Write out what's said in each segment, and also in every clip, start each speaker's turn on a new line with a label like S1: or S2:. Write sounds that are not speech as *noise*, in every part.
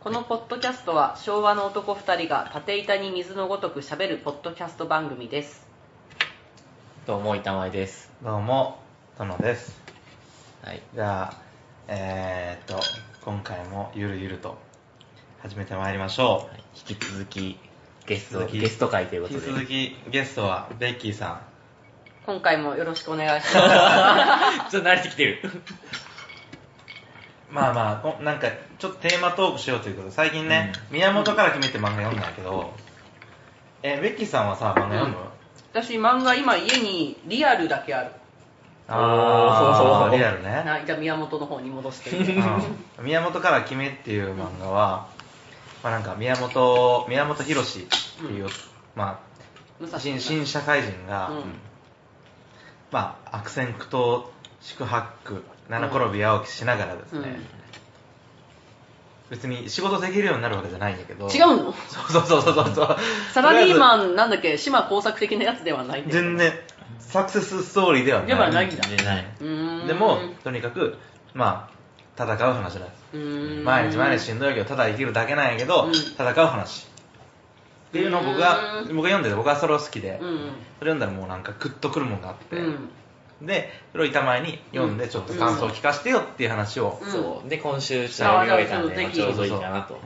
S1: このポッドキャストは昭和の男2人が縦板に水のごとく喋るポッドキャスト番組です
S2: どうも板前です
S3: どうも、殿です。
S2: はい
S3: じゃあ、えー、っと、今回もゆるゆると始めてまいりましょ
S2: はい引き続きゲスト
S3: 引き続き。
S2: ゲスト会といううこ
S3: 引
S2: と
S3: き
S2: で
S3: 続きゲストはベッキーさ
S1: 今回もよろしくお願いしま
S2: *laughs* ちょっと慣れてきてる
S3: *laughs* ん。まあまあこ、なんかちょっとテーマトークしようということで、最近ね、宮本から決めて漫画読んだんやけど、え、ベッキーさんはさ、漫画読む、
S1: うんす私漫画今家にリアルだけある
S3: あ
S2: おー
S3: ーリアルね。
S1: なじゃあ宮本の方に戻して
S3: うん、宮本から決めっていう漫画は、まあなんか宮本、宮本博士っていう、ま
S1: 武
S3: あ、
S1: 蔵
S3: 新新社会人が、
S1: うん
S3: まあ、悪戦苦闘、宿泊、七転び八起きしながらですね、別に仕事できるようになるわけじゃないんだけど、
S1: 違うの
S3: そうそうそうそうそう。
S1: サラリー
S3: ン
S1: マンなんだっけ島工作的なやつではないんだよ
S3: 全然、サクセスストーリーではない。
S1: ではないんだ
S2: でないう
S1: ーん
S3: でも、とにかく、まあ、戦う話なんです。
S1: うーん
S3: 毎日毎日しんどいけど、ただ生きるだけなんやけど、
S1: うん
S3: 戦う話。っていうのを僕が、
S1: う
S3: 僕が読んでて、僕はそれを好きで、
S1: うん
S3: それ読んだらもうなんかグッとくるもんがあって、
S1: うん
S3: で、それを板前に読ん
S1: う
S3: で、
S1: ん
S3: ちょっと感想を聞かせてよっていう話を、
S1: うん
S2: そうで今週ちょっと読み終えたんで
S1: あ
S2: まあ
S1: じ
S2: ち
S1: ゃ
S2: ょ
S1: あ
S2: うどいいかなと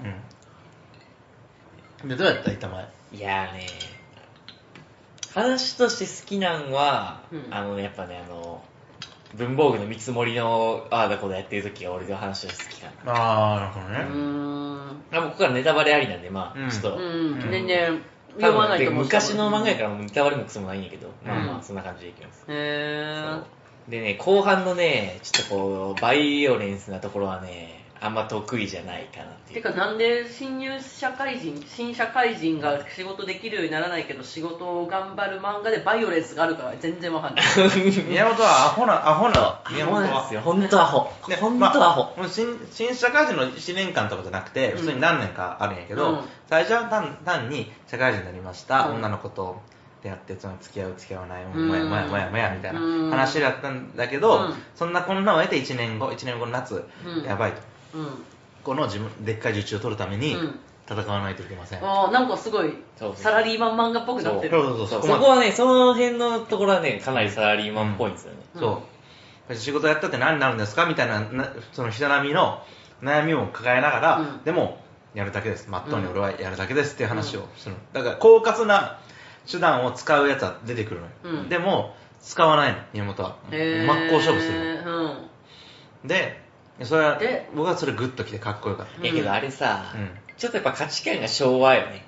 S3: うんでどうやった板前
S2: いやーね話として好きなんは、
S1: うん
S2: あのねやっぱねあの文房具の見積もりのああだこだやってる時が俺の話として好きかな
S3: ああ
S1: う
S3: なるほどね、
S1: ーん
S2: あもうここからネタバレありなんでまあ、
S3: うん
S2: ちょっと、
S1: うん
S3: ん
S1: 全然
S2: 多
S1: 読まない
S2: 分
S1: と思う
S2: 昔の漫画やからもうネタバレもクソもないんやけど、まあま
S1: う
S2: あ
S1: ん
S2: そんな感じでいきます
S1: へ
S2: でね、後半のね、ちょっとこう、バイオレンスなところはね、あんま得意じゃないかなって
S1: え
S2: い
S1: て
S2: う。
S1: かなんで新入社会人新社会人が仕事できるようにならないけど仕事を頑張る漫画でバイオレンスがあるから全然わかんない
S2: *laughs*
S3: 宮本はアホなアホな
S2: ア
S3: 宮
S2: ホ
S3: 本
S2: なんです
S3: は
S2: よ、ほんとアホ。
S3: で
S2: ほん
S3: ま
S2: とア
S3: あ
S2: ホ。
S3: もう新新社会人の1年間とかじゃなくて
S1: うん
S3: 普通に何年かあるんやけ
S1: う
S3: ど、
S1: ん
S3: 最初は単単に社会人になりました、
S1: うん
S3: 女の子と出会ってその付き合う付き合わないも
S1: うん
S3: もやもやもやもやみたいな
S1: うん
S3: 話だったんだけど、
S1: うん
S3: そんなこんなを得て1年後1年後の夏、
S1: うん
S3: やばいと
S1: うん
S3: この自分でっかい受注を取るために
S1: うん
S3: 戦わないといけません、
S1: あーなんかすごい
S2: そうそう
S1: サラリーマン漫画っぽくなって
S3: そう
S1: る
S3: そうそう
S2: そ
S3: そうこ
S2: そ
S3: まで
S2: こはね、その辺のところはね、かなりサラリーマンっぽいんですよね。
S3: そう仕事やったって何になるんですかみたいななその人並みの悩みを抱えながら、
S1: うん
S3: でもやるだけですまっとうに俺はやるだけですっていう話をするの、だから狡猾な手段を使うやつは出てくるのよ、
S1: うん
S3: でも使わないの宮本は
S1: へ
S3: 真
S1: ー
S3: っ向勝負する
S1: うん
S3: のでそれは
S1: で
S3: 僕はそれグッときてかっこよかっ
S1: うん
S2: ええけどあれさ、
S3: うん
S2: ちょっとやっぱ価値観が昭和よね。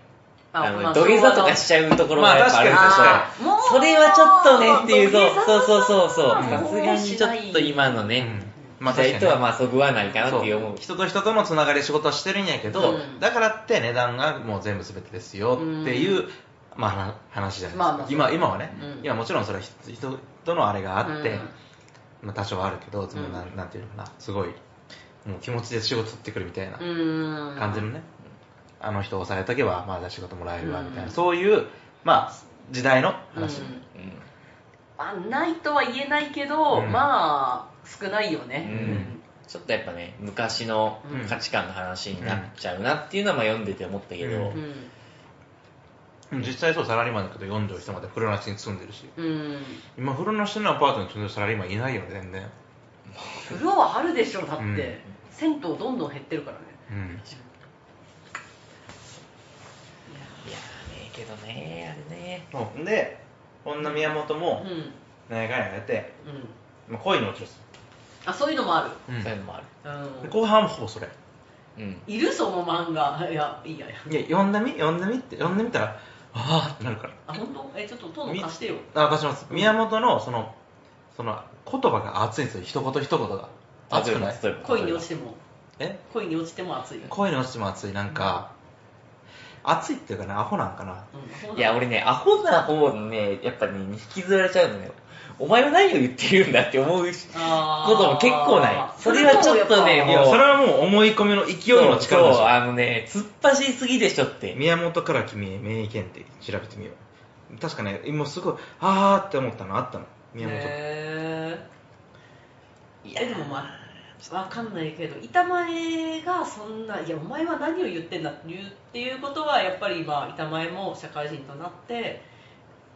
S1: あ
S2: あ
S1: まあ
S2: の、土下座とかしちゃうところがやっぱあるんですよ、
S3: まあ確かに
S1: あーもう
S2: それはちょっとねっていう
S1: 土下座
S2: と、そうそうそうそう、
S1: もう
S2: さすがにちょっと今の
S3: た、
S2: ね、
S3: うん
S2: まあ、時代と
S3: ね
S2: はまあそぐわないかなっていう思う。
S3: 人と人とのつながり仕事はしてるんやけど、
S1: うん
S3: だからって値段がもう全部全てですよっていう、まあ、は話じゃないですか、
S1: まあまあ
S3: 今今はね、
S1: うん
S3: 今もちろんそれは人人とのあれがあって、
S1: うん
S3: まあ、多少はあるけど、そのな
S1: うん
S3: ん、なんていうのかなすごいもう気持ちで仕事取ってくるみたいな
S1: うーん
S3: 感じのね、あの人を抑えとけばまだ仕事もらえるわみたいな、
S1: うん
S3: そういう、まあ、時代の話、
S1: うん
S2: うん
S1: まあないとは言えないけど、
S3: うん
S1: まあ少ないよね、
S2: うんちょっとやっぱね、昔の価値観の話になっちゃうなっていうのはまあ読んでて思ったけど、
S3: うん
S1: うん
S3: 実際そうサラリーマンのこと読んでる人まで風呂なしに住んでるし
S1: うん
S3: 今風呂なしのアパートに住んでるサラリーマンいないよね全然、
S1: 風呂はあるでしょだって、
S3: うん
S1: 銭湯どんどん減ってるからね
S3: うん
S2: いやーねえけどね、あれね。
S3: そうで女宮本
S1: う
S3: も
S1: んうん
S3: 何やかんややって、まあ、恋に落ちるんですよ、
S1: あそういうのもある、
S2: そういうのもある。
S3: で
S1: う
S3: 後半はほぼそれ
S2: うん。
S1: ん、いるその漫画いやいいやいや
S3: いや読んでみ読んでみって読んでみたらああってなるから
S1: あ本当えちょっと殿貸してよ
S3: あ貸します宮本のそのその言葉が熱いんですよ一言一言が熱くない
S2: 例えば
S1: 恋に落ち
S2: て
S1: ても
S3: え
S1: 恋に落ちても熱い、うん、
S3: 恋に落ちても熱いなんか、熱いっていうかねアホなんかな
S1: そうなの
S2: いや、俺ね、アホな方にね、やっぱね、引きずられちゃうのよ。お前は何を言ってるんだって思うこと
S1: あー
S2: も結構ない。それはちょっとね、
S3: いや
S2: も
S3: そうれ、はもう思い込みの勢い
S2: そう
S3: の力でし
S2: そう、
S3: ょ
S2: あのね、突っ走りすぎでしょって。
S3: 宮本から君へ名言って調べてみよう確かねもうすごいああって思ったのあったの宮本
S1: へー
S2: い
S1: えでもまあわかんないけど板前がそんないやお前は何を言ってんだっていうっていうことはやっぱり今板前も社会人となって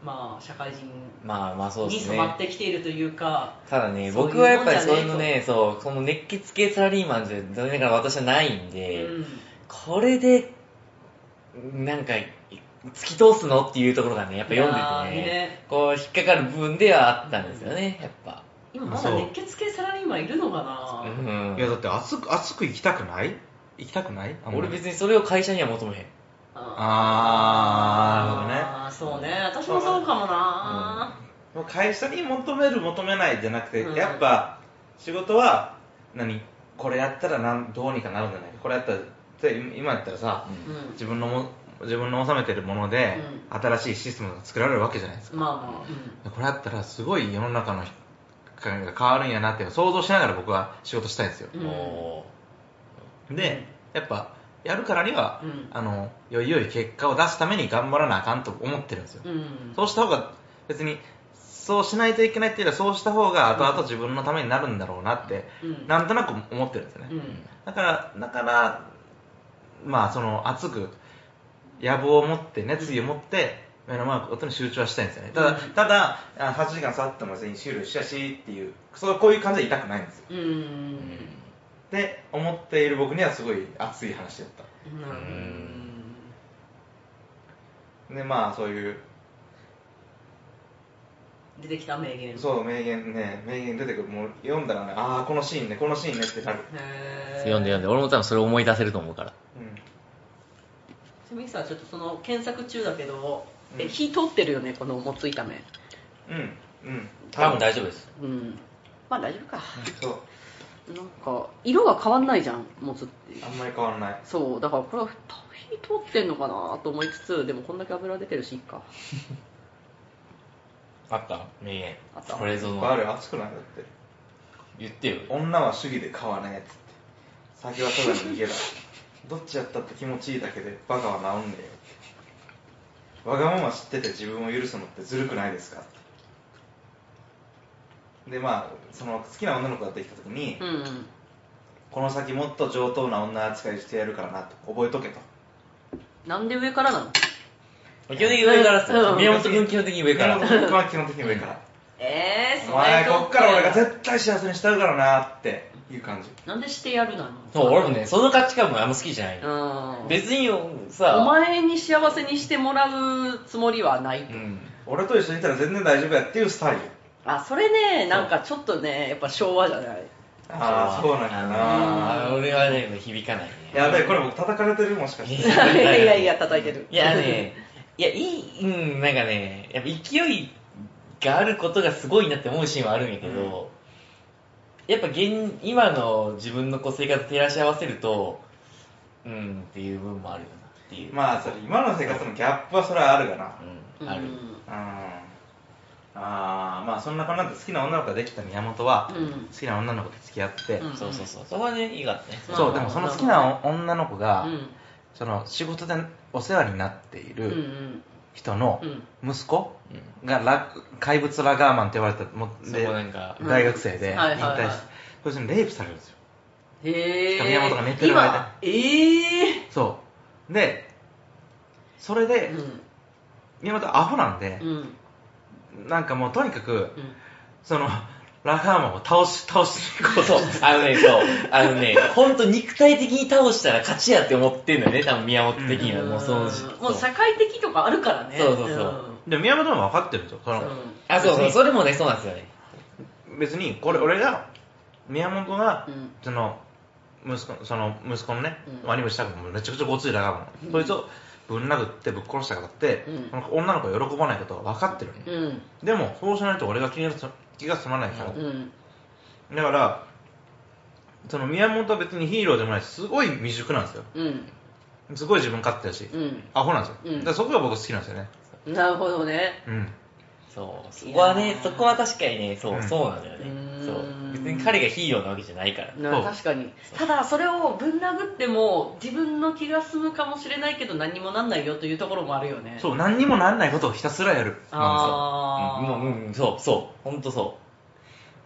S1: まあ社会人
S2: まあまあそうで
S1: に
S2: す
S1: 染
S2: ね
S1: まってきているというか
S2: ただね
S1: そういう
S2: 僕はやっぱり
S1: もんじ
S2: そ
S1: ゃ
S2: う
S1: ね
S2: い
S1: え
S2: う
S1: と
S2: のねそうこの熱血系サラリーマンじゃ残念ながら私はないんで、
S1: うん
S2: これでなんか突き通すのっていうところがねやっぱ読んでてね
S1: いやーね
S2: こう引っかかる部分ではあったんですよねやっぱ
S1: 今ま
S3: そ
S1: だ
S3: う
S1: 熱血系サラリーマンいるのか
S2: う
S1: な、
S2: ん
S3: いやだって熱く熱く行きたくない行きたくない
S2: 俺別
S3: に
S2: にそれを会社には求めへん
S3: あーなるほどね
S1: あーそうね私もそうかもな、
S3: 会社に求める求めないじゃなくて、
S1: うん
S3: やっぱ仕事は何これやったらなんどうにかなるんじゃないかこれやったらで今やったらさ、
S2: うん
S1: うん
S3: 自分のも自分の納めてるもので、新しいシステムが作られるわけじゃないですか
S1: まあまあ、うん
S3: これやったらすごい世の中の人が変わるんやなっていうのを想像しながら僕は仕事したいんですよ、
S1: うん
S2: お
S3: でやっぱやるからには、
S1: うん
S3: あのより良い結果を出すために頑張らなあかんと思ってるんですよ、
S1: うん
S3: そうした方が別にそうしないといけないっていうよりはそうした方が後々自分のためになるんだろうなって、
S1: うん
S3: なんとなく思ってるんですよね、
S1: うん
S3: だからだからまあその熱く野望を持って熱意を持って目の前のことに集中はしたいんですよねただ、
S1: うん
S3: ただあ8時間触っても全員終了したしっていうそうこういう感じは痛くないんですよ
S1: うん
S3: って思っている僕にはすごい熱い話だった
S1: うん
S3: でまあそういう
S1: 出てきた名言
S3: そう名言ね名言出てくるもう読んだらねああこのシーンねこのシーンねってなる、
S1: へー
S2: 読んで読んで俺も多分それ思い出せると思うから
S3: う
S1: ちなみにさちょっとその検索中だけど、
S3: う
S1: え
S3: ん
S1: 火通ってるよねこのもつ炒め
S3: んうんうん
S2: 多分大丈夫です
S1: うんまあ大丈夫か
S3: そう
S1: なんか色が変わんないじゃんもつって
S3: あんまり変わらない
S1: そうだからこれは火通ってんのかなと思いつつでもこんだけ油出てるしいいか
S2: あった名言
S1: あった
S2: これぞ
S3: あ
S2: の
S3: る熱くないだって
S2: 言ってよ
S3: 女は主義で買わねえっつって酒はただの逃げだどっちやったって気持ちいいだけでバカは治んねえよわがまま知ってて自分を許すのってずるくないですかでまあその好きな女の子ができた時に、
S1: うんうん
S3: この先もっと上等な女扱いしてやるからなと覚えとけと
S1: なんで上からなの
S2: 基本的に上からっすよ
S1: うん
S2: 宮本君基本的に上から
S3: 基本的に基本的に上から
S1: えー、
S3: *laughs* お前こっから俺が
S1: 然
S3: 絶対幸せにしてやるからなっていう感じ
S1: なんでしてやるなの
S2: そう俺もねその価値観もあんま好きじゃない
S1: うん
S2: 別に
S1: お
S2: さ
S1: 前に幸せにしてもらうつもりはない、
S2: うん
S3: 俺と一緒にいたら全然大丈夫やっていうスタイル
S1: あそれねなんかちょっとねやっぱ昭和じゃない
S3: ああそうなんやな
S2: あー俺はね響かないね
S3: やべえこれ僕叩かれてるもしか
S1: *laughs*
S3: し
S1: い
S3: *laughs* て
S1: やいやいや叩いてる
S2: いやね、いや、いい、うん、なんかね、やっぱ勢いがあることがすごいなって思うシーンはあるんやけど、やっぱ現、今の自分のこう生活と照らし合わせると、うんっていう部分もあるよなっていう。
S3: まあそれ今の生活のギャップはそれはあるかな
S2: うん、ある。
S3: うんああまあそんなこんなで好きな女の子ができた宮本は、
S1: うん
S3: 好きな女の子と付き合って、
S1: うん
S2: そうそうそう。そこはね、いいかったね。
S1: うん
S3: そうでもその好きな女の子が、
S1: うん
S3: その仕事でお世話になってい
S1: うんう
S3: る
S1: ん
S3: 人の
S1: うん
S3: 息子
S2: うん
S3: がラ怪物ラガーマンって言われたも
S2: そ
S3: で
S2: こなんか、
S1: うん
S3: 大学生で引退
S1: は
S3: して、
S1: いはいはい
S3: こいつにレイプされるんですよ
S1: へえ
S3: しかも山本が寝てる間
S1: ええ
S3: そうでそれで、宮本アホなんで
S1: う、んうん
S3: なんかもうとにかく
S1: うん
S3: そのラガーマンを倒し倒していこう
S2: そう
S3: と、
S2: あのね、そう、あのね、ほんと肉体的に倒したら勝ちやって思ってんだよね、多分宮本的には、もうその時
S1: んもう社会的とかあるからね
S2: そうそうそう
S3: で宮本も分かってるんですよその
S1: うん
S2: あ、そうそう、それもね、そうなんですよね。
S3: 別にこれ俺が宮本が、
S1: うん
S3: その息子その息子のね、
S1: うん
S3: 兄貴したくもめちゃくちゃごついラガーマン、
S1: うん
S3: そいつをぶん殴ってぶっ殺したからって、
S1: うん
S3: この女の子は喜ばないことは分かってるの、
S1: うん
S3: でもそうしないと俺が気がつ気が済まないから、
S1: うん
S3: だからその宮本は別にヒーローでもないしすごい未熟なんですよ
S1: うん
S3: すごい自分勝手だし、
S1: うん
S3: アホなんですよ、
S1: うん
S3: だからそこが僕好きなんですよね
S1: うんなるほどね
S3: うん
S2: そう、そこはい
S1: や
S2: ね、
S1: ー
S2: そこは確かにね、そう、
S3: うん
S2: そうなのよ
S1: う
S2: ね。
S1: ーん
S2: そう。別に彼がヒーローなわけじゃないから。
S1: な
S3: そう
S1: 確かにただそれをぶん殴っても自分の気が済むかもしれないけど何にもなんないよというところもあるよね
S3: そう何にもならないことをひたすらやるなんで
S2: うん、
S1: ああ
S2: もう、うん、そう、そう、ほんとそ
S3: すよ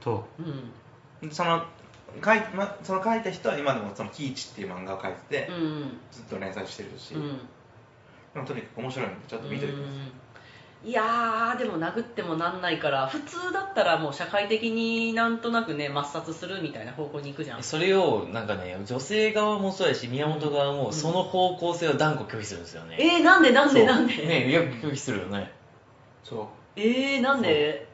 S3: そう
S1: うん
S3: その書いま、その書いた人は今でもそのキイチっていう漫画を書いてて、
S1: うん
S3: ずっと連載してるし、
S1: うん
S3: でもとにかく面白いんでちょっと見といてください、
S1: いやーでも殴ってもなんないから普通だったらもう社会的になんとなくね抹殺するみたいな方向に行くじゃん
S2: それをなんかね女性側もそうやし宮本側もその方向性を断固拒否するんですよね、
S1: えー、なんでなん
S2: そう
S1: でなんで、
S2: ねよく拒否するよね
S3: そ
S1: えー、なんで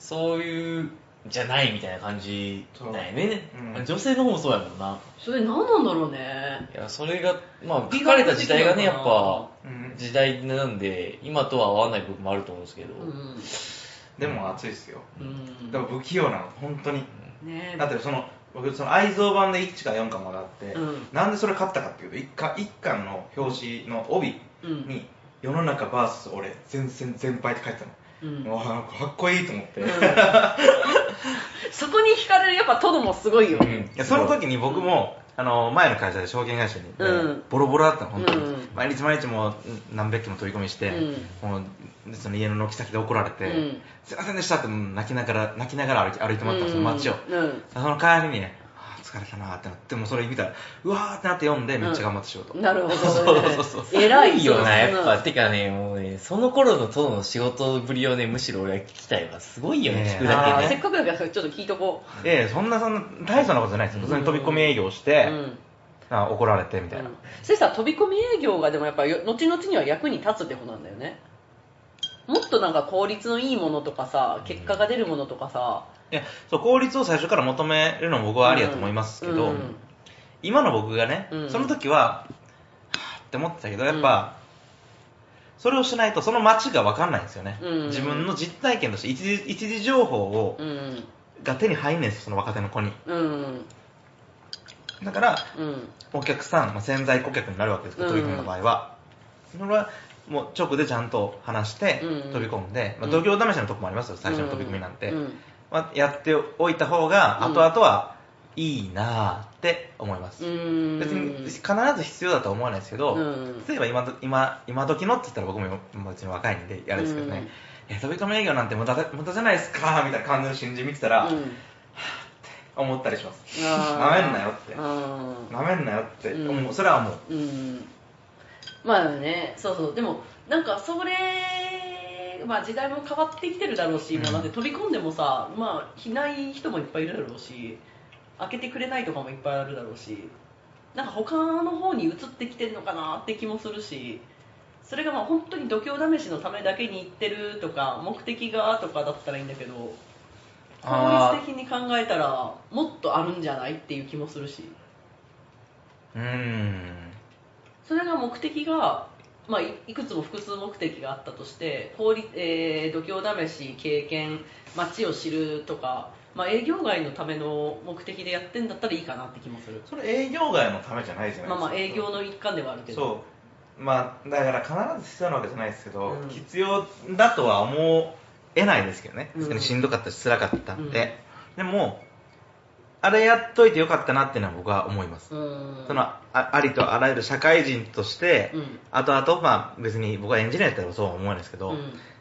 S2: そういうじゃないみたいな感じだよね、
S3: うん
S2: 女性の方もそうやもんな
S1: それ何なんだろうね
S2: いやそれがまあ書かれた時代がねやっぱ
S3: う、うん、
S2: 時代なんで今とは合わない部分もあると思うんですけど、
S1: うん
S3: でも熱いですよ
S1: うん
S3: でも不器用なの本当に
S1: ねえ
S3: だってその僕その愛蔵版で1か4巻まであって、
S1: うん
S3: なんでそれ買ったかっていうと 1, か一巻の表紙の帯
S1: うん
S3: に「世の中 VS 俺全然全敗」って書いてたの、
S1: うん
S3: うわなんかかっこいいと思って、い
S1: そこに惹かれるやっぱトドもすごいよ、
S2: うん
S3: やその時に僕も、あの前の会社で証券会社に、
S1: うん
S3: ボロボロだったの本当に、
S1: うん
S3: 毎日毎日もう何百機も飛び込みして、
S1: う
S3: もうその家の軒先で怒られて、
S1: うん
S3: すいませんでしたって泣きながら泣きながら歩き歩いてもらったのその街を、
S1: うん
S3: その帰りにね、あー疲れたなーってなって、もうそれ見たら、うわーってなって読んで、めっちゃ頑張って仕事。
S1: なるほど、ね、
S3: そうそう
S1: そう偉い
S2: いいよな、やっぱ。
S1: そ
S2: てかね、もうね、その頃の殿の仕事ぶりをね、むしろ俺は聞きたいわ。すごいよね、
S3: ね
S2: 聞
S3: え
S1: う
S2: く
S1: んあ
S2: だ
S1: ー
S2: け
S1: せっ
S2: ね。
S1: かくだからちょっと聞いとこう
S3: ええ、そんなそんな大層なことじゃないですよ。普通に飛び込み営業し
S1: う
S3: て、
S1: ん
S3: あ怒られてみたいな。
S1: うんそれさ飛び込み営業がでもやっぱよ後々には役に立つってことなんだよねもっとなんか効率のいいものとかさ結果が出るものとかさ、
S3: いや、そう、効率を最初から求めるのも僕はありだと思いますけど、
S1: うん
S3: 今の僕がね、
S1: うん
S3: その時は、はぁって思ってたけど、やっぱ、それをしないとその街が分かんないんですよね、
S1: うん
S3: 自分の実体験として一時一時情報を、
S1: うん
S3: が手に入んねんですよその若手の子に
S1: うん
S3: だから
S1: うん
S3: お客さん、まあ、潜在顧客になるわけですけど、
S1: うん
S3: 飛び込みの場合は。それはもう直でちゃんと話して
S1: うんうん
S3: 飛び込んで、
S1: うん
S3: まあ、度胸試しのとこもありますよ、最初の飛び込みなんて、
S1: うん
S3: まあ、やっておいた方が
S1: うん
S3: 後々はいいなぁって思います、
S1: うん
S3: 別に必ず必要だとは思わないですけど、
S1: うん
S3: 例えば今ど今今時のって言ったら僕ももう別に若いんであれですけどね、いや飛び込み営業なんて無駄だ無駄じゃないですかみたいな感じの新人見てたら、
S1: うん
S3: 思ったりします
S1: あー
S3: 舐めんなよって
S1: うん
S3: なめんなよって、
S1: うん
S3: 思うそれはもう
S1: うんまあねそうそうでもなんかそれまあ時代も変わってきてるだろうし、
S3: うん
S1: まあだって飛び込んでもさまあ着ない人もいっぱいいるだろうし開けてくれないとかもいっぱいあるだろうしなんか他の方に移ってきてるのかなって気もするしそれがまあ本当に度胸試しのためだけに行ってるとか目的がとかだったらいいんだけど効
S3: あー
S1: 率的に考えたらもっとあるんじゃないっていう気もするし。
S3: うーん
S1: それが目的が、まあ、いいくつも複数目的があったとして効率、えー度胸試し経験街を知るとか、まあ、営業外のための目的でやってんだったらいいかなって気もする
S3: それ営業外のためじゃないじゃないですか
S1: まあまあ営業の一環ではあるけど
S3: そうまあだから必ず必要なわけじゃないですけど、
S1: うん
S3: 必要だとは思えないですけどね
S1: うん
S3: 確かにしんどかったし辛かったんで、でもあれやっといてよかったなっていうのは僕は思います、
S1: うーん
S3: そのあありとあらゆる社会人として、
S1: うん
S3: 後々まあ別に僕はエンジニアだったらそうは思わないですけど、
S1: うん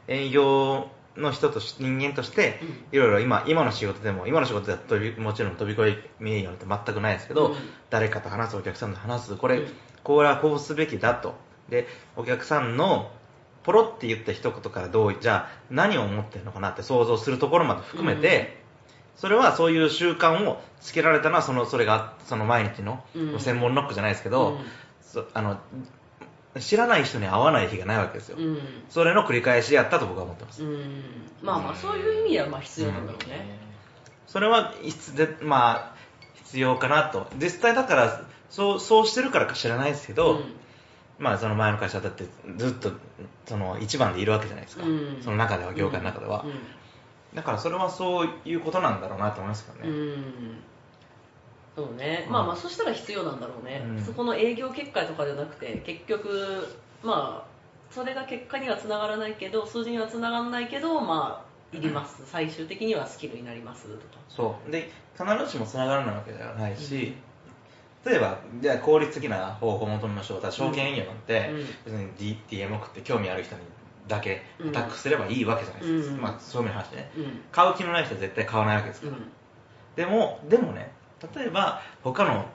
S3: 営業の人とし人間として、いろいろ今今の仕事でも今の仕事では飛びもちろん飛び越え見えようなんて全くないですけど、
S1: うん
S3: 誰かと話すお客さんと話すこれ、
S1: うん
S3: これはこうすべきだとでお客さんのポロって言った一言からどうじゃあ何を思ってるのかなって想像するところまで含めて、それはそういう習慣をつけられたのはそのそれがその毎日の、
S1: うん
S3: 専門ノックじゃないですけど、
S1: うん
S3: そあの知らない人に会わない日がないわけですよ、
S1: うん
S3: それの繰り返しやったと僕は思ってます、
S1: うんまあまあそういう意味ではまあ必要なんだろうね、
S3: それは必で、まあ、必要かなと実際だからそうそうしてるからか知らないですけど、まあ、その前の会社だってずっとその一番でいるわけじゃないですか、
S1: うん
S3: その中では業界の中では、
S1: うん
S3: だからそれはそういうことなんだろうなと思いますけど
S1: う
S3: ね、
S1: んそうね、
S3: うん
S1: まあまあそしたら必要なんだろうね、
S3: うん
S1: そこの営業結果とかじゃなくて結局まあそれが結果にはつながらないけど数字にはつながらないけどまあいり
S3: *laughs*
S1: ます、最終的にはスキルになりますとか
S3: そうで必ずしもつながらないわけではないし、例えばじゃあ効率的な方法を求めましょうだから証券営業なんて、別に D DM 送って興味ある人にだけアタックすればいいわけじゃないですか、
S1: うん
S3: まあ、そういう意味の話でね
S1: うん
S3: 買う気のない人は絶対買わないわけですから、
S1: うん
S3: でも、でもね、例えば、他の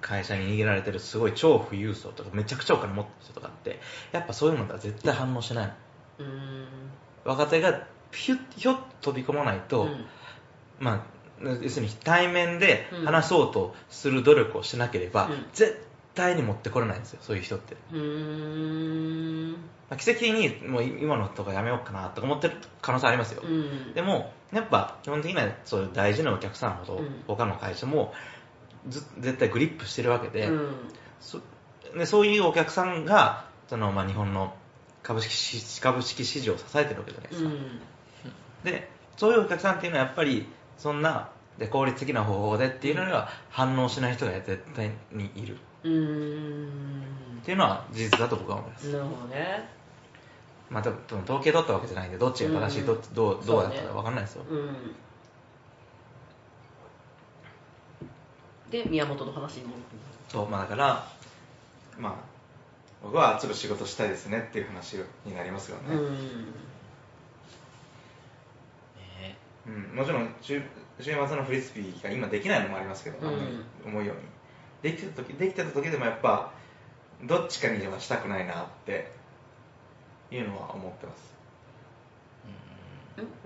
S3: 会社に逃げられてるすごい超富裕層とか、めちゃくちゃお金持ってる人とかって、やっぱそういうのとは絶対反応しないの。
S1: うーん
S3: 若手がピュッ、ひょっと飛び込まないと、
S1: うん
S3: まあ、要するに対面で
S1: うん
S3: 話そうとする努力をしなければ、
S1: うん
S3: 絶対に持ってこれないんですよ、そういう人って。
S1: うーん
S3: まあ、奇跡的にもう今のとかやめようかなとか思ってる可能性ありますよ。
S1: うん
S3: でも、やっぱ基本的にはそういう大事なお客さんほど、
S1: うん
S3: 他の会社もず絶対グリップしてるわけで、
S1: うん
S3: そでそういうお客さんがその、まあ、日本の株式市株式市場を支えてるわけじゃないで
S1: う
S3: すか。
S1: ん
S3: でそういうお客さんっていうのはやっぱりそんなで効率的な方法でっていうのには反応しない人が絶対にいる
S1: うーん
S3: っていうのは事実だと僕は思います、
S1: なるほどね
S3: まあ、多分多分統計取ったわけじゃないんでどっちが正しい、
S1: うん
S3: どっちどうどうだった
S1: そう
S3: か
S1: ね
S3: 分かんないですよ、
S1: うんで宮本の話に戻って
S3: そうまあだから
S4: まあ僕はあっちの仕事したいですねっていう話になりますよね、
S1: くるうん
S2: ね
S4: うん、もちろん週週末のフリスビーが今できないのもありますけど、
S1: うん
S4: あんまり思うようにできてた時できてた時でもやっぱどっちかにはしたくないなっていうのは思ってます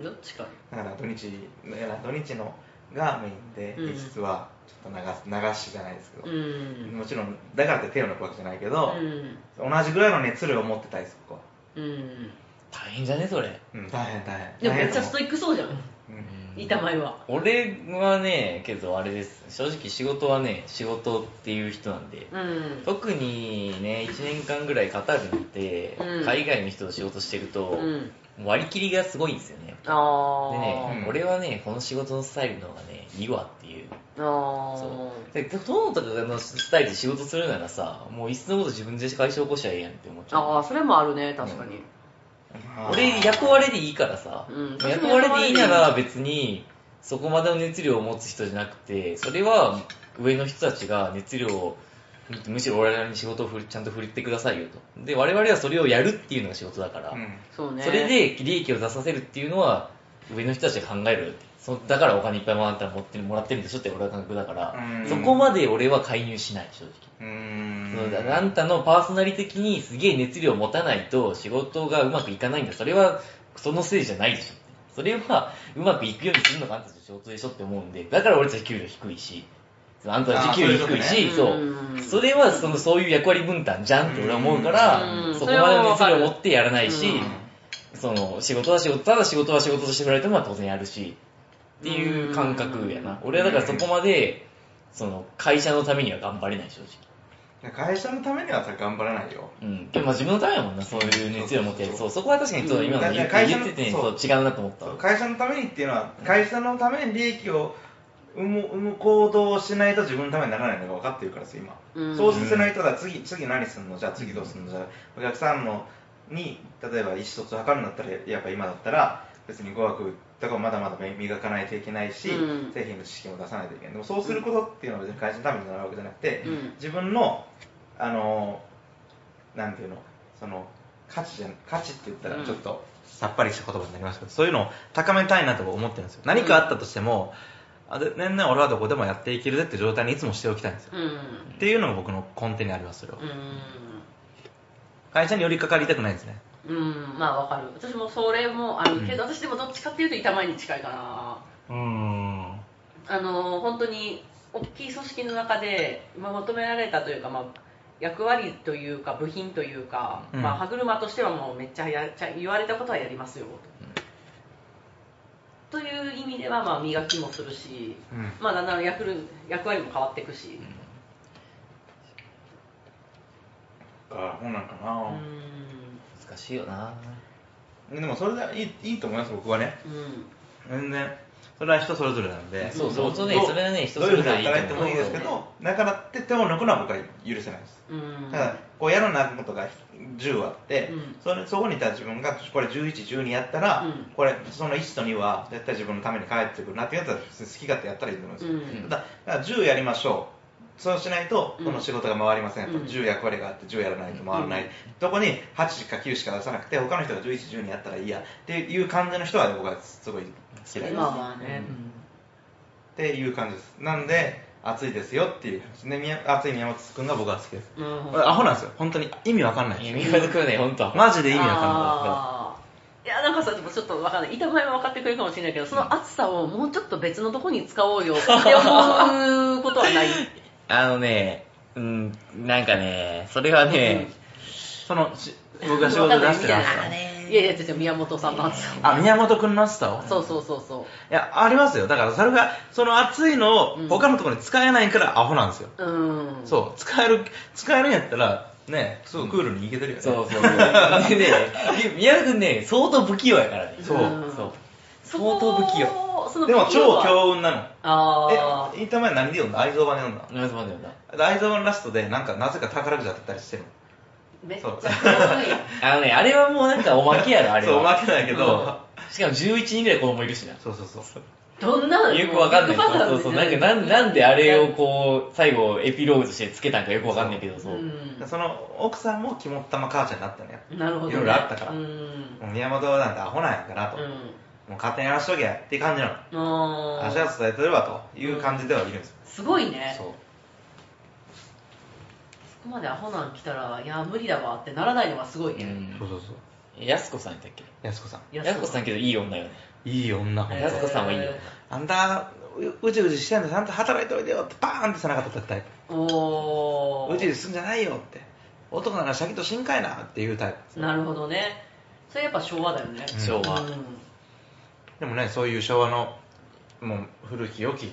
S1: んどっちか
S4: だから土日だから土日のがメインで
S1: うん
S4: 平日はちょっと流す流しじゃないですけ
S1: う
S4: ど、
S1: ん
S4: もちろんだからって手を抜くわけじゃないけど
S1: う、ん
S4: 同じぐらいの熱量を持ってたいそこは、
S1: うん
S2: 大変じゃねそれ、
S4: うん、大変大変
S1: でも
S4: 大変
S1: めっちゃストイックそうじゃん
S4: うん
S2: うん
S1: 板前は
S2: 俺はねけどあれです正直仕事はね仕事っていう人なんで、
S1: うん
S2: 特にね1年間ぐらいカタールにいて、
S1: うん
S2: 海外の人と仕事してると、
S1: うん
S2: 割り切りがすごいんですよね
S1: あ
S2: で
S1: あ
S2: ね、
S4: うん
S2: 俺はねこの仕事のスタイルの方がねいいわっていう
S1: ああ
S2: そうで友とかのスタイルで仕事するならさもういっそのこと自分で会社起こしゃええやんって思っちゃう
S1: ああそれもあるね確かに
S4: まあ
S2: 俺雇われでいいからさ、
S1: うん
S2: 雇われでいいなら別にそこまでの熱量を持つ人じゃなくてそれは上の人たちが熱量をむしろ俺らに仕事を振るちゃんと振ってくださいよとで我々はそれをやるっていうのが仕事だから、
S4: うん
S1: そうね
S2: それで利益を出させるっていうのは上の人たちが考えるよってそだからお金いっぱいもらったら持ってるもらってるんでしょって俺は感覚だから、
S4: うん
S2: そこまで俺は介入しない正直、
S4: うーん
S2: そうだあんたのパーソナリティ的にすげえ熱量を持たないと仕事がうまくいかないんだそれはそのせいじゃないでしょってそれはうまくいくようにするのがあんたたちの仕事でしょって思うんでだから俺たち給料低いしあんたたち給料低いし
S1: あ
S2: そ
S1: そうういうことねうん
S2: それはそのそういう役割分担じゃんって俺は思うから、
S1: うん
S2: そこまでの熱量を持ってやらないし、
S1: うん
S2: その仕事は仕事ただ仕事は仕事としてくれても当然やるしっていう感覚やな
S1: うん
S2: 俺はだからそこまでその会社のためには頑張れない正直
S4: 会社のためにはさ頑張らないよ
S2: うん、でもまあ自分のためやもんな、そういう熱量を持ってやる
S4: そ
S2: そうう、そこは確かにちょっと今の言,、
S4: うんだから会社
S2: 言
S4: の
S2: ってて、ね、
S4: そ
S2: そうう違うなと思った
S4: そう会社のためにっていうのは会社のために利益を生む生む行動をしないと自分のためにならないのが分かってるからさ今、
S1: うん
S4: そうさせないとだ次次何すんのじゃあ次どうすんのじゃあお客さんのに例えば意思疎通を図るんだったらやっぱ今だったら別に語学とかをまだまだ磨かないといけないし、
S1: うん
S4: 製品の知識も出さないといけないでもそうすることっていうのは別に会社のためになるわけじゃなくて、
S1: うん
S4: 自分のあのなんていうのその価値じゃん価値って言ったらちょっと、
S3: さっぱりした言葉になりましたけど、そういうのを高めたいなと思ってるんですよ。何かあったとしても、あで年々俺はどこでもやっていけるぜって状態にいつもしておきたいんですよ。
S1: うん
S3: っていうのが僕の根底にあります、それは。
S1: う
S3: 会社に寄りかかりたくないんですね。
S1: んうんまあわかる私もそれもあるけど、私でもどっちかっていうと板前に近いかな
S3: うーん。
S1: あの本当に大きい組織の中で、まあ、求められたというか、まあ、役割というか部品というか、
S3: うん
S1: まあ、歯車としてはもうめっちゃやっちゃ言われたことはやりますよと,、いう意味ではまあ磨きもするし、
S4: うん
S1: まあ、だんだん役る役割も変わっていくし、
S4: か本なんか
S1: う
S4: な、
S1: ん
S2: 難しいよな
S4: でもそれでいいいいと思います僕はね
S1: うん
S3: 全然、それは人それぞれなんで、
S2: そうそう、そう
S4: ど
S2: ね、それはね、人
S4: どう
S2: そ
S4: いう
S2: れ
S4: ふう
S2: ぞれ
S4: に
S2: いい
S4: 働いて
S2: と思
S4: も
S2: う
S4: いい
S2: け
S4: で
S2: ど
S4: すけどだからって手を抜くのは僕は許せないです
S1: うん
S4: ただこうやるなことが10あって、
S1: うん
S4: それそこにいた自分がこれ1112やったら、
S1: うん
S4: これその1と2は絶対自分のために返ってくるなってやったら普通に好き勝手やったらいいと思うんですよ、
S1: うん
S4: ただだから10やりましょうそうしないとこの仕事が回りませんと、
S1: うん
S4: 10役割があって10やらないと回らない、どこに8か9しか出さなくて他の人が1112やったらいいやっていう感じの人は僕はすごい嫌いです
S1: まあまあね、
S4: っていう感じですなんで暑いですよっていう話で宮暑い宮本君が僕は好きです
S1: なるほ
S3: 俺
S1: ど
S3: アホなんですよ本当に意味わかんない
S2: いや、
S3: です
S2: 宮本くんね、ほんと。
S3: マジで意味わかんない
S1: あーいやなんかさでもちょっとわかんない板前は分かってくれるかもしれないけどその暑さをもうちょっと別のとこに使おうよって思うことはない
S2: あのね、うん、なんかね、それはね、
S3: そのし僕が仕事で出してる
S1: わ
S3: 暑
S1: かんない
S3: さ
S1: みたいないやいや違う違う宮本さんの暑さ
S3: あ宮本君の暑さを
S1: そうそうそうそ
S3: いやありますよだからそれがその暑いの
S1: うん
S3: を他のところに使えないからアホなんですよ、
S1: ううん
S3: そう使える使えるんやったらねすごいクールにいけてるよね
S2: そうそうそう。でね、宮本くんね、相当不器用やからね。
S3: そう
S2: そう。
S1: そこ
S2: 相当不器用。
S1: その
S3: でも
S1: 不器用
S3: 超
S1: は
S3: 強運なの
S1: あ
S4: えインター前何で読んだ愛蔵版で読んだ
S2: 宮本さんだよな。
S3: で愛沢のラストでなんかなぜか宝くじ当たったりしてるの
S1: ーめっちゃ
S3: そう
S1: 強い
S2: あのね、あれはもうなんかおまけやろ、あれ
S3: そう
S2: は。
S3: 負けないけど、
S2: しかも11人ぐらい子供いるしな。
S3: そうそうそう
S1: どんなの
S2: よくわかんな
S1: ビッ
S2: い。
S1: グファン
S2: そうそう。なんか、なんなんであれをこう、最後エピローグとしてつけたんかよくわかんないけど、そうう。
S1: ん
S3: その奥さんも肝っ玉母ちゃんになったのよ
S1: なるほどね
S3: いろいろあったから
S1: うん
S3: もう宮本なんてアホなんやからと、
S1: う
S3: も
S1: ん
S3: う勝手にやらしとけっていう感じなの
S1: あー
S3: 足が伝えてればという感じではいるんですよ、
S1: すごいね
S3: そう
S1: そこまでアホなん来たらいや無理だわってならないのがすごいね、
S3: そうそうそう
S2: やすこさんやったっけ
S3: やす子さん
S1: いや
S2: やすこさんけどいい女よね。
S3: いい女ほん
S1: え
S3: と
S1: ー
S2: やすこさんはいいよ
S3: あんたううじうじしてんのちゃんと働いておいでよってバーンって背中叩くタイ
S1: お
S3: プ
S1: ー
S3: うじうじすんじゃないよって男ならシャキとしんかいなっていうタイプ
S1: なるほどねそれやっぱ昭和だよね
S3: うん
S2: 昭和。
S1: うん
S3: でもねそういう昭和のもう古き良き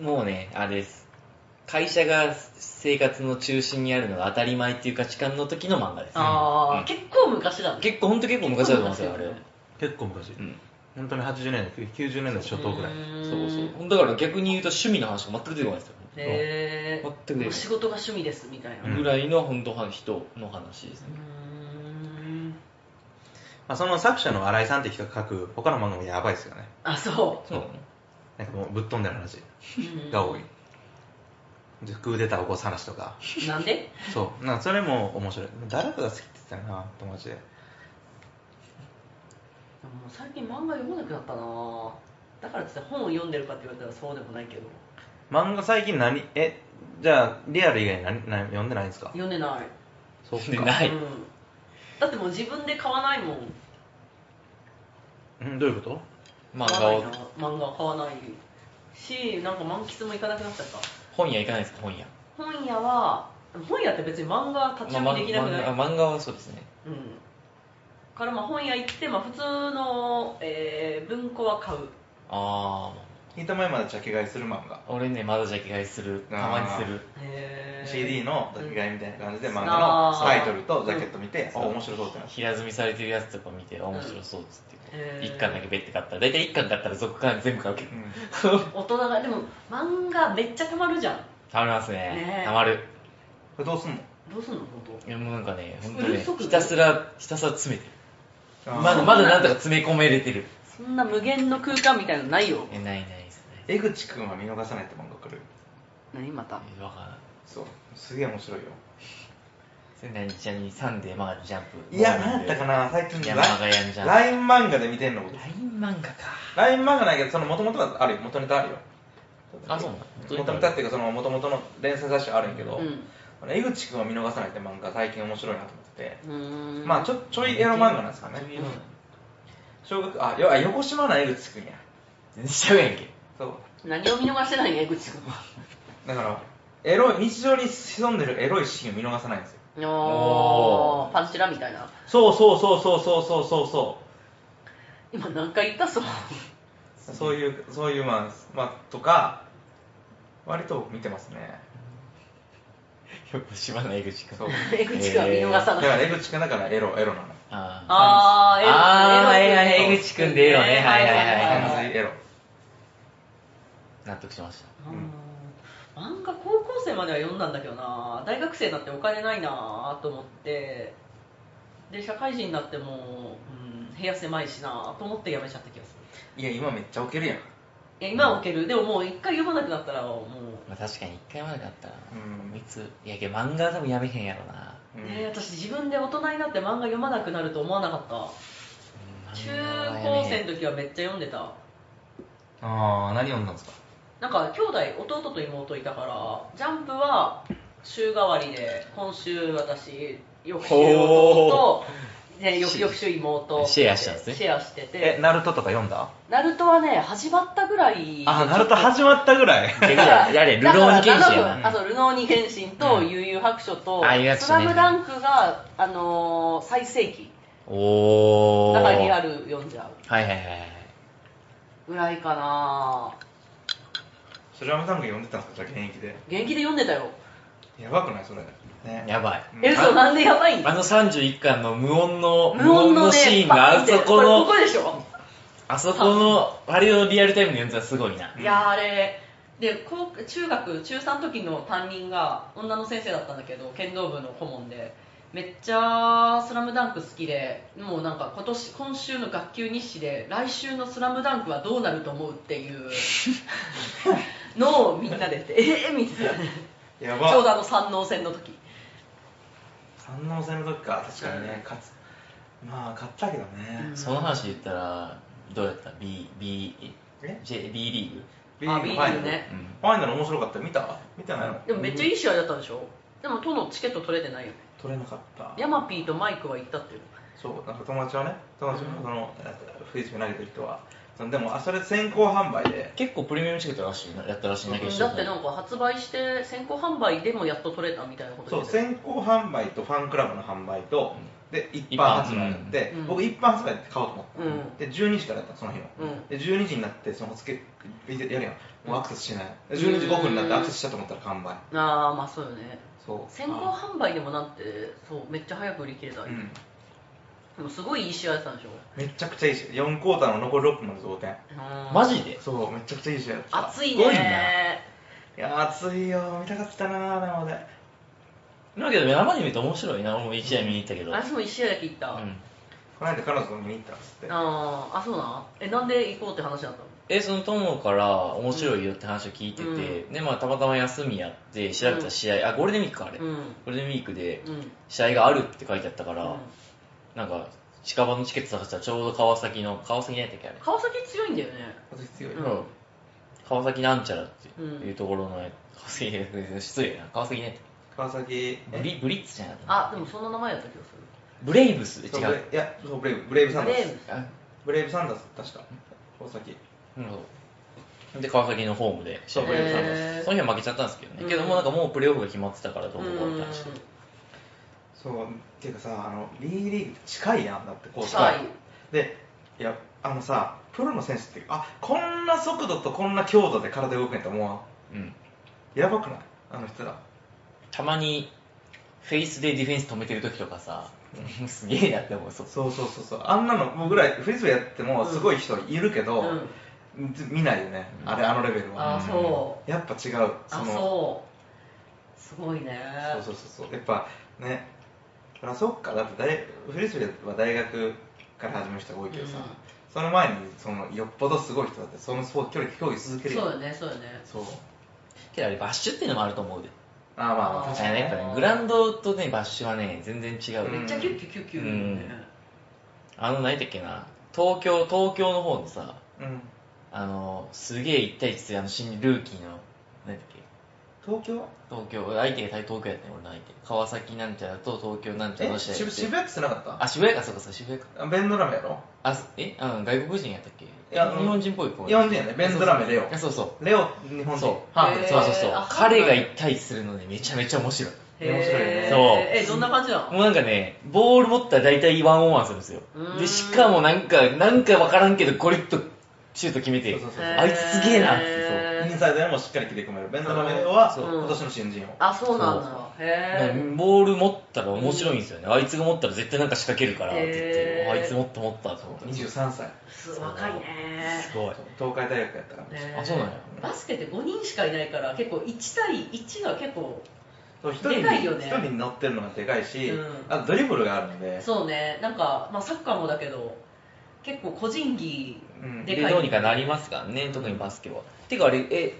S1: う
S2: もうね、あれです。会社が生活の中心にあるのが当たり前っていう価値観の時の漫画です。
S1: んああ、
S2: うん
S1: 結構昔だね
S2: 結構、ほんと結構昔だと思うんですよ、あ
S1: 結
S2: れ
S1: 構
S2: は
S1: 昔。
S3: 結構昔、
S2: うん。
S3: 本当に80年代90年代初頭ぐらい
S1: ーん
S2: そうそう。ほんだから逆に言うと趣味の話が全く出てこないんですよ。
S1: へえ
S2: 全くね
S1: 仕事が趣味ですみたいな
S3: うん
S2: ぐらいの本当は人の話ですね。
S1: ーん
S3: まあ、その作者の新井さんって人が書く他の漫画もやばいですよね
S1: あそ
S2: そうだね。
S3: なんかもうぶっ飛んでる話
S1: ううん
S3: が多い、でクーデター起こす話とか
S1: なんで
S3: そうなんかそれも面白い誰かが好きって言ってたよな友達で
S1: でももう最近漫画読まなくなったなぁだからって本を読んでるかって言われたらそうでもないけど
S3: 漫画最近何えじゃあリアル以外に何何読んでないんですか
S1: 読んでない
S3: そう
S2: でない
S1: うん、だってもう自分で買わないもん
S3: うんどういうこと
S2: 漫画を
S1: 買わないな。漫画は買わないしなんか満喫も行かなくなっちゃった
S2: 本屋行かないですか、本屋。
S1: 本屋は本屋って別に漫画立ち読
S2: まあ
S1: みでき
S2: 漫
S1: なくない、
S2: 画漫画はそうですね。
S1: うんからまあ本屋行って、まあ、普通の、えー文庫は買う
S2: あ
S4: インター前までジャケ買いする漫画
S2: あ、俺ね、まだジャケ買いする。たまにする。
S1: へー
S4: CD のジャケ買いみたいな感じで
S1: うん
S4: 漫画
S1: あ
S4: の
S1: ー
S4: タイトルとジャケット見てあ
S2: そう
S4: 面白そうってなって
S2: 平積みされてるやつとか見て、あ面白そうっつっ
S1: へ
S2: て、
S1: ー
S2: 一巻だけベッて買ったら、大体一巻買ったら続巻全部買うけど。
S1: 大人がでも漫画めっちゃたまるじゃん
S2: たまります
S1: ね
S2: ね
S1: え。
S2: たまる。
S4: これどうすんの
S1: どうすんの本当
S2: いやもうなんかね、本当ね
S1: うるそ、く
S2: ひたすら、ひたすら詰めてる。
S4: あー
S2: まだまだなんとか詰め込めれてる。
S1: そんな無限の空間みたいなのないよ
S2: え、ないないですね。
S4: 江口くんは見逃さないって漫画来る
S1: 何また
S2: えわからん。
S4: そうすげえ面白いよ
S2: それ何ちなみにサンデーマガジンジャンプ。
S4: いや何やったかな最近
S2: いやマガヤンジャンプ。
S4: LINE 漫画で見てんの
S2: ライン漫画か。
S4: LINE 漫画ないけどその元々はあるよ元ネタあるよ
S2: あそうなの
S4: 元ネタっていうかその元々の連載雑誌あるんやけど、
S1: うん
S4: あの江口くんは見逃さないって漫画最近面白いなと思ってて
S1: うーん
S4: まあちょちょいエロ漫画なんですかね
S2: ちょいエロなんだ
S4: 小学あよあ横島な江口くんや
S2: 全然ちゃうや *laughs* んけ。
S4: そう
S1: 何を見逃してないね江口君は
S4: だからエロい日常に潜んでるエロいシーンを見逃さないんですよ
S1: おーパンチラみたいな
S3: そうそうそうそうそうそうそうそ
S1: 今何回言ったそう
S4: そういうそういうまあ、まあ、とか割と見てますね
S2: よく知らない江口君。
S4: そう
S1: 江口君は見逃
S4: だ
S1: さな
S4: か
S1: い、
S4: ら江口くんだからエロエロなの
S2: あ
S1: あーエロ
S2: あー
S1: エロ
S2: はいはい江口君でエロね。はいはいはい
S4: 完
S2: はい。
S4: 全エロ
S2: 納得しました。
S1: うん漫画高校生までは読んだんだけどな大学生になってお金ないなと思ってで社会人になっても、うん、部屋狭いしなと思ってやめちゃった気がする
S4: いや今めっちゃウケるやん
S1: いや今は置けるでももう一回読まなくなったらも
S2: まあ確かに一回までだったら、
S4: うん
S2: いつ、いやけど漫画は多分やめへんやろな。
S1: う、
S4: うん
S1: ねえ私自分で大人になって漫画読まなくなると思わなかった
S2: うん
S1: 中
S2: 漫画はやめへ
S1: 高
S2: ん
S1: 生の時はめっちゃ読んでた
S3: うああ何読んだんですか
S1: なんか兄弟弟と妹いたからジャンプは週替わりで今週私翌週弟と、ね、翌々週妹
S2: シェアしたんですね
S1: シェアして
S5: え、
S1: て
S5: ナルトとか読んだ
S1: ナルトはね始まったぐらい
S5: あ、ナルト始まったぐらい。
S3: *laughs*
S2: だからやれ、ルローニケンシンや
S1: あ、そう、ルノーニケンシンと悠々白書と、
S2: ああいうやつね
S1: スラムダンクが、あのー最盛期。
S2: な。おー。
S1: だからリアル読んじゃ
S2: はいはいはいはい。
S1: うぐらいかな
S3: それはダンク読んでたんですか、じゃあ現役で。
S1: 元気で読んでたよ。
S3: やばくない、それ。ね。
S2: やばい。
S3: うん
S1: え、そう、なんでやばいん
S2: あの31巻の無音の、
S1: 無音のね、
S2: シーンが
S1: パ
S2: あ
S1: ッて
S2: そこ
S1: れここ
S2: の、
S1: でしょ、
S2: あそこの、あれをリアルタイムで読んだらすごいな。
S1: いやーあれ、で、高中学、中3時の担任が女の先生だったんだけど、剣道部の顧問で、めっちゃスラムダンク好きで、もうなんか今年、今週の学級日誌で、来週のスラムダンクはどうなると思うっていうのをみんなで、えーみたいな。
S3: や
S1: ちょうどあ
S3: ば。
S1: の三能戦の時。
S3: 三能戦の時か、確かにね、勝つ。まあ、勝ったけどね。
S2: その話で言ったら、どうやった ?B、B、
S3: え
S2: J、B リーグ
S3: ビー
S1: あ
S3: ル
S1: ビール
S3: ファイナル。
S1: ね
S3: うんファイナル面白かった。見た見てないの
S1: でもめっちゃいい試合だったんでしょでも、とのチケット取れてないよね。
S3: 取れなかった。
S1: ヤマピーとマイクは行ったっていう。
S3: そう、なんか友達はね、友達のその、フリスビー投げてる人は、そのでも、あ、それ先行販売で、
S2: 結構プレミアムチケットらしいな、やったらしいな、
S1: う
S2: 決
S1: んだっ
S2: 勝
S1: て
S2: 戦。
S1: なんか発売して先行販売でもやっと取れたみたいなこと
S3: そう、
S1: ってたよ
S3: 先行販売とファンクラブの販売と、で、一
S2: 一
S3: 般
S2: 般
S3: 発売になって、
S1: うん
S3: 僕一般発売で買おうと思った、
S1: うん
S3: で、12時からだった、その日は。
S1: うん
S3: で、12時になって、そのつけ、やるやん。もうアクセスしない。で12時5分になってアクセスしたと思ったら完売。
S1: ああまあそうよね
S3: そう。
S1: 先行販売でもなんてそうめっちゃ早く売り切れた、
S3: うん。
S1: でもすごいいい試合だったんでしょ
S3: めちゃくちゃいい試合。4クォーターの残り6分まで同点。
S1: うん
S2: マジで
S3: そう、めちゃくちゃいい試合だった。
S1: 熱い
S2: すごい
S1: ね
S3: いや、熱いよ。見たかったな生で。
S2: だけど、生で見ると面白いな。俺も一試合見に行ったけど。
S1: 私も1試合だけ行った、
S2: うん
S3: この間彼女と見に行ったっつって。
S1: あーあそうなんえなんで行こうって話だったの
S2: えその友から面白いよって話を聞いてて、
S1: う
S2: でまあたまたま休みやって調べた試合、あゴールデンウィークかあれ、
S1: うん
S2: ゴールデンウィークで
S1: うん
S2: 試合があるって書いてあったから、
S1: うん
S2: なんか近場のチケット探したらちょうど川崎の川崎何やったっけあれ、
S1: 川崎強いんだよね
S3: 熱い強い。
S2: うん川崎なんちゃらって
S1: うん
S2: いうところの、川崎失礼な川崎何やったっ
S3: 川崎、
S2: けブリブリッツじゃなかった
S1: あでもそんな名前だった気がする
S2: ブレイブス違
S3: そう
S2: う
S3: ブレいや、そうブレイブ、ブレイブサンダー
S1: ブレイ
S3: ス
S1: ブ。
S2: あ
S3: ブレイブサンダース、確か。川崎。
S2: うんそうで川崎のホームで試合
S3: そうブレイブサンダ
S1: へー
S2: その日は負けちゃったんですけどね、
S1: うん
S2: けどもうなんかもうプレーオフが決まってたからどうこうこう
S1: う
S2: っ
S1: ん
S2: て話して
S3: そう、っていうかさ、あの、B リーグって近いやん、だって、こう
S1: 近い
S3: で、いや、あのさ、プロの選手って、あ、こんな速度とこんな強度で体動くんやと思わん。
S2: うん
S3: やばくないあの人ら。
S2: たまにフェイスでディフェンス止めてる時とかさ *laughs* すげえなって思うそう
S3: そうそうそうそう。あんなの、僕らフリスビーやってもすごい人いるけど、
S1: うん
S3: 見ないよね、
S2: うん
S3: あれ、あのレベル
S1: あ
S3: は。
S1: あそう
S3: やっぱ違う。
S1: あ
S3: の
S1: そうすごいね
S3: そうそうそうそうやっぱねそりゃそっかだって大フリスビーは大学から始める人が多いけどさ、
S1: うん
S3: その前にそのよっぽどすごい人だってそのスポーツ距離競技続ける
S1: そう
S3: よ
S1: よねそうよね
S3: そう
S2: けどあれバッシュっていうのもあると思うで
S3: ああまあまあ
S1: あー
S2: あ
S3: 確かに
S2: の
S3: ね
S2: やっぱねグラウンドとねバッシュはね全然違う、
S3: うん
S1: めっちゃキュッキュッキュッキュッ言うよね
S2: あの何だっけな東京東京の方のさ
S3: うん
S2: あのすげえ1対1であの新ルーキーの何だっけ
S3: 東京
S2: 東京相手が対東京やったね俺の相手川崎なんちゃらと東京なんちゃら
S3: え
S2: の試合や
S3: 渋
S2: って
S3: 渋谷区ってなかった
S2: あ渋谷かそうかそうか渋谷か
S3: あベンドラメやろ
S2: あすえあの外国人やったっけ
S3: やあの
S2: 日本人っぽい子
S3: 日本人やねベンドラメレオ
S2: あそうそう
S3: レオ日本人
S2: そう、
S3: ハーフ
S1: へー
S2: そうそうそう
S1: あ
S2: 彼が
S1: ハーフ
S2: 1対1するのでめちゃめちゃ面白い
S3: 面白いね
S1: へー
S2: そう
S1: えどんな感じなの
S2: もうなんかねボール持ったら大体ワンオンワンするんですよ
S1: うーん
S2: でしかもなんかなんか分からんけどゴリッとシュート決めて
S3: そうそうそう
S2: あいつすげえなって
S1: へー
S3: インサイドでもしっかり切り込めるベンドラメレオは
S2: そう
S3: 今年の新人王
S1: あそうなんだ
S2: そう
S1: へ
S2: なんかボール持ったら面白いんですよね、あいつが持ったら絶対なんか仕掛けるからって言って、
S1: へー
S2: あいつ持った持ったと思ってす
S3: 23歳
S1: えす若いね
S2: ごい
S3: 東海大学やったから
S1: ね
S2: あそうなんや
S1: バスケって5人しかいないから結構1対1が結構
S3: そう一人に
S1: でかいよね
S3: 一人に乗ってるのがでかいし、
S1: うん
S3: あとドリブルがあるので
S1: そうねなんかまあサッカーもだけど結構個人技
S3: うん
S1: で
S2: で
S1: かい
S2: どうにかなりますからね特にバスケは、てかあれえ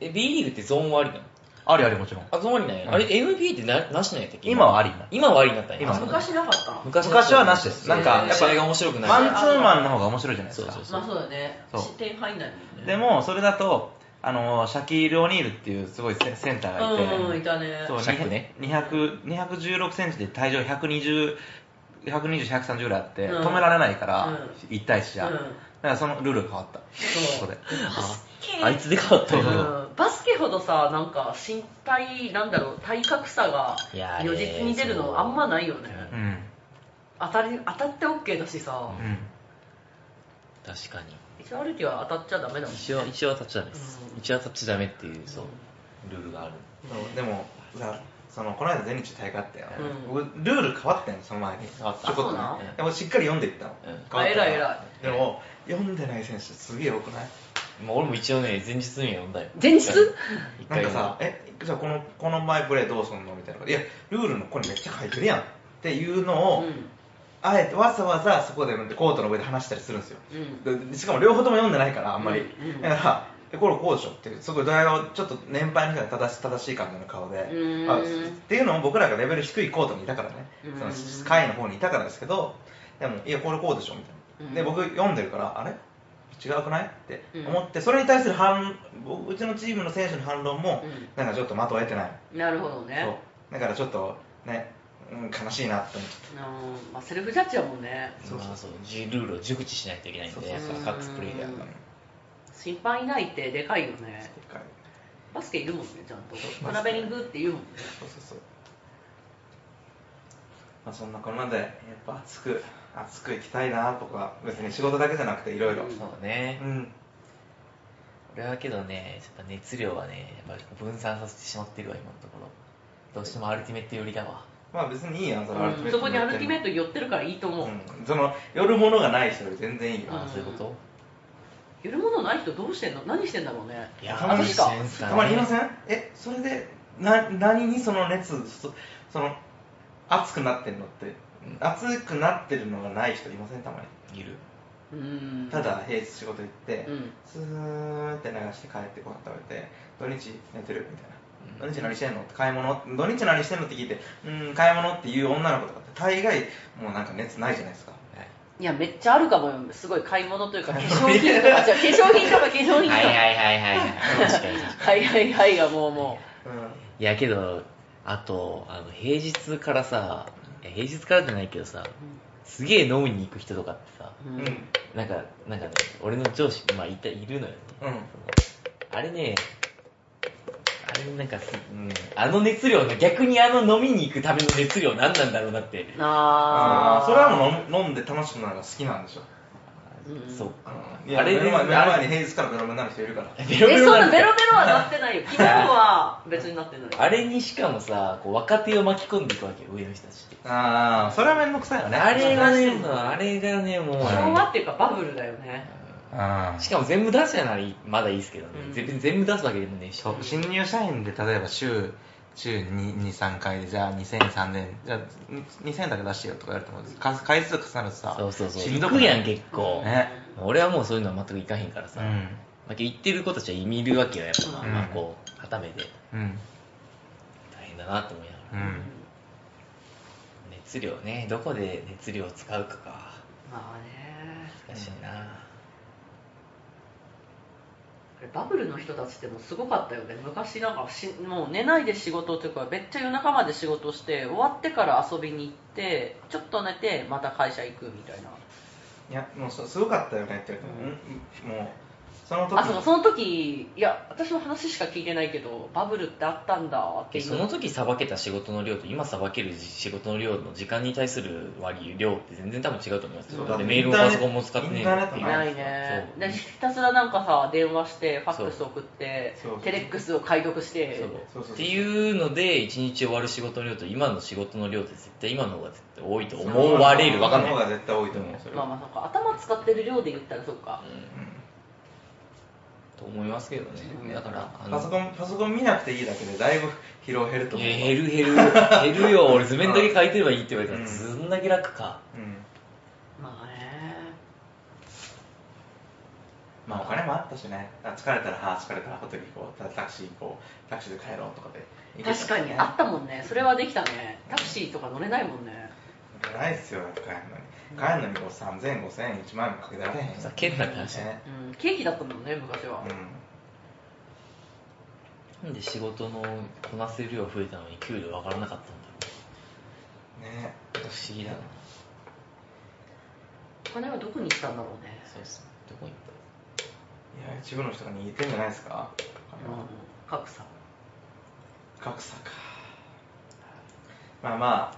S2: え B リーグってゾーンはありなの
S5: ありありもちろん。
S2: あゾーンありなんや、
S5: うん
S2: あれ NBA ってななしなんやったっけ
S5: 今はありな。
S2: 今はありになったんや
S5: 今は
S1: 昔なかった
S2: 昔
S5: 昔はなしです。
S2: な
S5: なんん
S2: か
S5: か、
S2: や
S5: や
S2: っ
S5: っ
S2: ぱ
S5: ぱ
S2: 試合が面白くない
S5: マンツーマンの方が面白いじゃないですか。
S2: そうそう
S1: まあそうだね
S5: そう
S1: 点入んないもんね
S5: でも、それだと、
S6: あのシャキール・オニールっていうすごいセセンターがいて、
S1: うんうんいたね
S6: そう
S2: シャキね
S6: 200 216センチで体重120 120、130ぐらいあって、
S1: うん
S6: 止められないから、
S1: うん
S6: 1対1じゃ、
S1: うん
S6: だからそのルールが変わった。
S1: そう
S6: こで
S2: あいつで変わった
S6: う
S2: よ。
S6: ん
S1: バスケほどさなんか身体なんだろう体格差が
S2: いやー
S1: 如実に出る
S2: そう
S1: のあんまないよね
S6: うん。
S1: 当たり当たって OK だしさ
S6: うん。
S2: 確かに。
S1: 一応歩きは当たっちゃダメだもん
S2: 一応、一応当たっちゃダメです
S1: う。ん
S2: 一応当たっちゃダメっていう、そう、ルールがある。
S3: そうでもさそのこの間全日大会あったよ、
S1: う
S3: 僕ルール変わったよその前に
S2: 変わった
S3: ちょこっと
S1: そうなん
S3: ねでもしっかり読んでいったの、
S2: うん
S3: 変わった
S1: あ偉い偉
S3: いでも読んでない選手すげえ多くない
S2: まあ俺も一応ね、前日には呼んだよ。
S1: 前日
S2: 一
S3: なん
S2: 回
S3: か
S2: 呼んだ
S3: さ、え、じゃあこの、この前プレイどうすんのみたいなこと。いや、ルールのここにめっちゃ書いてるやん。っていうのを、
S1: う
S3: あえてわざわざそこでコートの上で話したりするんですよ。でしかも両方とも読んでないから、あんまり。
S1: うんうん
S3: だから、え、これこうでしょって、すごいドヤ顔、ちょっと年配の人が正し正しい感じの顔で。
S1: うん
S3: あっていうのも僕らがレベル低いコートにいたからね
S1: うん。
S3: その、会の方にいたからですけど、でも、いや、これこうでしょみたいな。で、
S1: うん
S3: 僕読んでるから、あれ違うくないって思
S1: うん
S3: って、それに対する反、僕うちのチームの選手の反論も、なんかちょっと的を得てない。
S1: んなるほどね
S3: そうだからちょっとね、うん、悲しいなって思っちゃっ
S1: うんまあセルフジャッジやもんね
S3: そうそう
S2: まあそう、じルールを熟知しないといけないん
S3: そう
S2: で、
S3: そ
S2: や
S3: う
S2: っ
S1: そう
S2: ぱ各プレイヤーが
S1: うん。審判いないってでかいよね
S3: た一回
S1: バスケいるもんねちゃんとトラベリングって言うもんね
S3: そうそうそうまあそんなこんなんでやっぱ熱く熱くいきたいなとか別に仕事だけじゃなくていろいろ
S1: うん
S2: そうだね
S3: う。ん
S2: 俺はけどね、やっぱ熱量はね、やっぱ分散させてしまってるわ、今のところ。どうしてもアルティメット寄りだわ。
S3: まあ別にいいやんそれアルテ
S1: う
S3: ィメ
S1: ん
S3: ット
S1: そこにアルティメット寄ってるからいいと思う
S3: うんその寄るものがない人より全然いい
S1: う
S3: よ
S1: ん
S2: ああ、そういうこと
S1: 寄るものない人どうしてんの何してんだろうね
S2: いや
S3: たまに
S1: 私か
S2: センスだね
S3: たまに言いませんえそれでな何にその熱そその熱くなってるのって熱くなってるのがない人いませんたまに
S2: いる。
S1: うん
S3: ただ平日仕事行って、
S1: うん
S3: スーって流して帰ってご飯食べて土日寝てるみたいな、
S2: うん
S3: 土日何してんのって買い物土日何してんのって聞いてうーん買い物っていう女の子とかって大概もうなんか熱ないじゃないですか
S2: はい
S1: いやめっちゃあるかもよすごい買い物というか化粧品とかじゃあ化粧品とか化粧品とか
S2: はいはいはいはいはい。確かに確か
S1: はい
S2: に。
S1: はいはいがもうも
S3: う
S2: いやけど、あと、あの、平日からさ、いや平日からじゃないけどさ、すげえ飲みに行く人とかってさ、
S1: う、うんん
S3: うん
S2: なんか、なんかね、俺の上司、まあ、いた、いるのよね。
S3: うん
S2: あれね、あれなんかす、うん、あの熱量の、逆にあの飲みに行くための熱量何なんだろうなって。
S1: あ
S3: あ
S1: あ
S3: ーそれはもう飲飲んで楽しくなるのが好きなんでしょ、
S1: うん
S2: そうか。
S3: いや
S2: あれ
S3: 目の前
S2: ね
S3: 目の前に平日からベロベロになる人いるから
S2: ベ
S1: えそんな
S2: だ
S1: ベロベロはなってないよ昨日は別になってない
S2: あれにしかもさ、こう若手を巻き込んでいくわけよ、上の人たちって。
S3: ああそれは面倒くさいよね
S2: あれがね
S1: う、ん
S2: そうあれがね、もう。
S1: 昭和っていうかバブルだよね
S6: あ
S2: しかも全部出すやならいいまだいいですけどね、
S1: うん
S2: 全全部出すわけでもねえし
S6: そう新入社員で例えば週週23回でじゃあ2003年じゃあ2000だけ出してよとか言われてもか回数重なるとさ
S2: そうそうそう
S6: しんどく
S2: 行く
S6: な
S2: や
S6: い
S2: ん結構、
S6: ね
S2: 俺はもうそういうのは全くいかへんからさ、
S6: うん
S2: まあ、言ってる子たちはいるわけよやっぱ、
S1: うん
S2: まあこうはためて
S6: うん
S2: 大変だなと思いなが
S6: う
S2: ら、
S6: ん
S2: 熱量ねどこで熱量を使うかか
S1: まあね
S2: 難しいな、
S1: これバブルの人たちってもうすごかったよね昔なんかしもう寝ないで仕事というかめっちゃ夜中まで仕事して終わってから遊びに行ってちょっと寝てまた会社行くみたいない
S3: やもうそすごかったよねって言われても、うん、もうその時
S1: あそうその時いや私の話しか聞いてないけどバブルってあったんだって
S2: で
S1: いう
S2: その時さばけた仕事の量と今さばける仕事の量の時間に対する割量って全然多分違うと思います
S3: そう
S2: だ
S3: だ
S2: っ
S3: ね
S2: てメールもパソコンも使ってねえ
S3: インターネット
S2: っていう
S3: も
S1: ないね
S2: そう
S1: でひたすらなんかさ電話してファックス送って
S3: そうそう
S1: テレックスを解読して
S2: そ
S3: そううそう
S2: っ
S3: そう
S2: ていうので一日終わる仕事の量と今の仕事の量って絶対今の方が絶対多いと思われるわかんない
S3: その方が絶対多いと思うそれ
S1: ま
S3: は、
S1: あまあなんか頭使ってる量で言ったらそうか
S2: と思いますけどね
S1: うん
S2: だからあ
S3: うん
S2: の
S3: パソコンパソコン見なくていいだけでだいぶ疲労減ると
S2: い
S3: 思う
S2: や
S3: わ
S2: 減る減る減るよ俺図面だけ書いてればいいって言われた
S3: う
S2: ら
S3: ん
S2: ずんだけ楽か
S3: うん
S1: まあね
S3: まあお金もあったしね、あ疲れたら、はあ、疲れたらホテル行こう、タタクシー行こう、タクシーで帰ろうとかで行けた
S1: 確かにあったもんねそれはできたねタクシーとか乗れないもんね
S3: ないっすよ、帰るのに。帰るのにこう3000、5000、1万円もかけられへん。
S2: ふざけんなって話
S3: ね
S1: うんケーキだったもんね昔は
S3: うん。
S2: なんで仕事のこなせる量が増えたのに給料上がらなかったんだ
S3: ね
S2: ろう不思議だな
S1: お金はどこに行ったんだろうね
S2: そうですどこに行った
S3: いや一部の人が握ってんじゃないですか
S1: うん格差
S3: 格差かまあまあ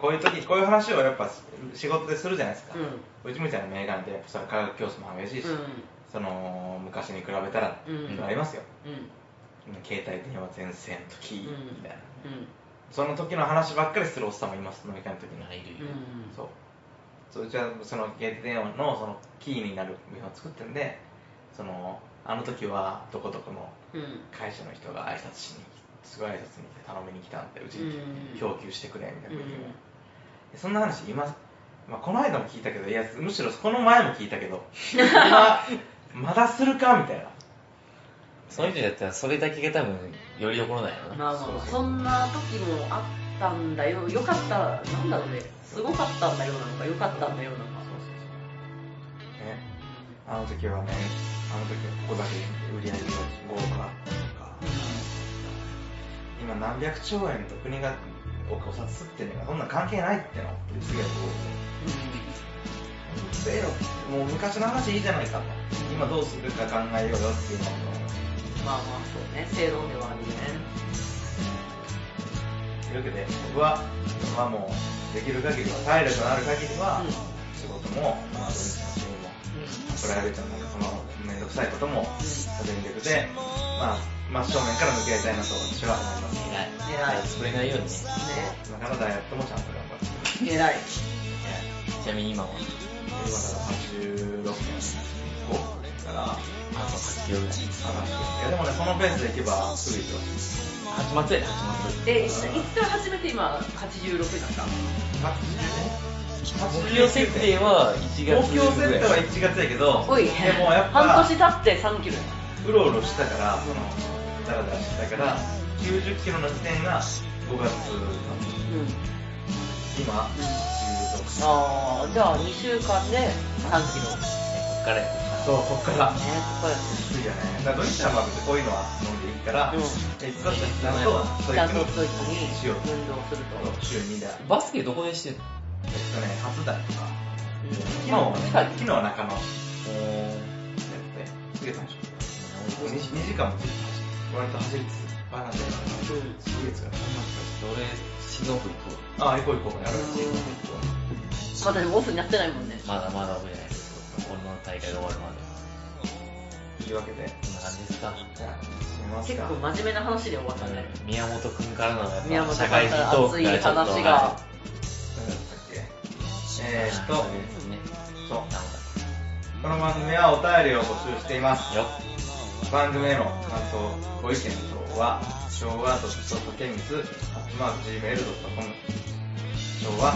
S3: こういう時こういう話をやっぱ仕事でするじゃないですか、うちみたいな名眼ってやっぱそれは科学競争も激しいし、
S1: う
S3: その昔に比べたら、
S1: うん
S3: ありますよ
S1: んうん
S3: 携帯電話全盛の時み
S1: うん
S3: たいな、
S1: うん
S3: その時の話ばっかりするおっさんもいます飲み会の時に、
S2: い
S1: う
S2: るよ、
S1: ん
S3: そうそううちはその携帯電話のそのキーになる部品を作ってるんでそのあの時はどこどこの
S1: うん
S3: 会社の人が挨拶しにすごい挨拶に来て頼みに来たんでうち
S1: う
S3: に
S1: ん
S3: 供給してくれみたいな、
S1: うん
S3: そんな話今、まあ、この間も聞いたけどいやむしろこの前も聞いたけど今 *laughs* まだするかみたいな
S2: その人だったらそれだけが多分より残らないよな
S1: まあまあまあそんな時もあったんだよよかったなんだろうねすごかったんだよなのかよかったんだよなのか
S3: ねあの時はねあの時はここだけ売り上げが豪華とか今何百兆円と国がおお札吸ってるのがそんな関係ないってのってすげえこうせえよもう昔の話いいじゃないかと今どうするか考えようよっていうのを
S1: うんまあまあそうね正論ではあるよね
S3: というわけで僕はまあもうできる限りは体力のある限りは、
S1: うん
S3: 仕事も、まあ、土日の趣味もプライベートのその面倒くさいことも全力で、まあ、真正面から向き合いたいなと私は思います
S1: 偉
S2: 偉い
S1: い
S2: 潰れないようにね
S3: だからダイエットもちゃんと頑張っ
S1: ね
S3: て
S1: 偉い
S2: ちなみに今は
S3: 今だから86.5だから
S2: あと8キロぐらい
S3: 話いやでもねこのペースでいけばすぐ行きま
S2: 8松
S3: す
S2: やで8松
S1: でいついつから始めて今86だった
S3: 80
S2: 目標設定は1月
S3: 目標設定は
S2: 1
S3: 1月やけど
S1: おい
S3: でもやっぱ
S1: 半年経って3キロ
S3: うろうろしたからそのダラダラしてたから90キロの時点が5月の
S1: うん
S3: 今16
S1: ああじゃあ2週間で3キロね
S2: こっからや
S3: そうこっから
S1: ここや
S3: きついよねだから土日はまあ別にこういうのは飲んでいいから
S1: うん
S3: でいつだってちゃんと
S1: ちゃんと一緒に
S3: しようと
S1: 運動すると
S3: 週2で
S2: バスケどこでしてんの
S3: えっとね、初台とか、昨日
S2: まあ
S3: はね、
S2: 近い
S3: 昨日は中野や
S2: お
S3: って、すげえ楽しかった。2, 時間も
S1: うん
S3: 走って割と走りつつ、バナナで、すげえ疲れ
S2: 俺静岡行こ
S3: た。ああ、行こう行こう、やろう。
S1: まだでもオフになってないもんね
S2: うまだまだ俺俺の大会が終わるまで
S3: というわけで、
S2: こんな感じですか
S3: じゃあ、締めます
S1: 結
S3: か。
S1: 構真面目な話で終わったね
S2: 宮本君からのやっぱ
S1: 宮本さ
S2: 社
S1: んか
S2: 会人
S1: ら
S2: トー
S1: 熱い
S2: クからち
S1: 話
S2: ょっと
S1: が
S3: 何だったっけえーっと、
S2: ね
S3: そう
S2: なん。か
S3: この番組はお便りを募集しています。
S2: よ
S3: 番組への感想、ご意見等は、昭和 .tokens.gmail.com 昭和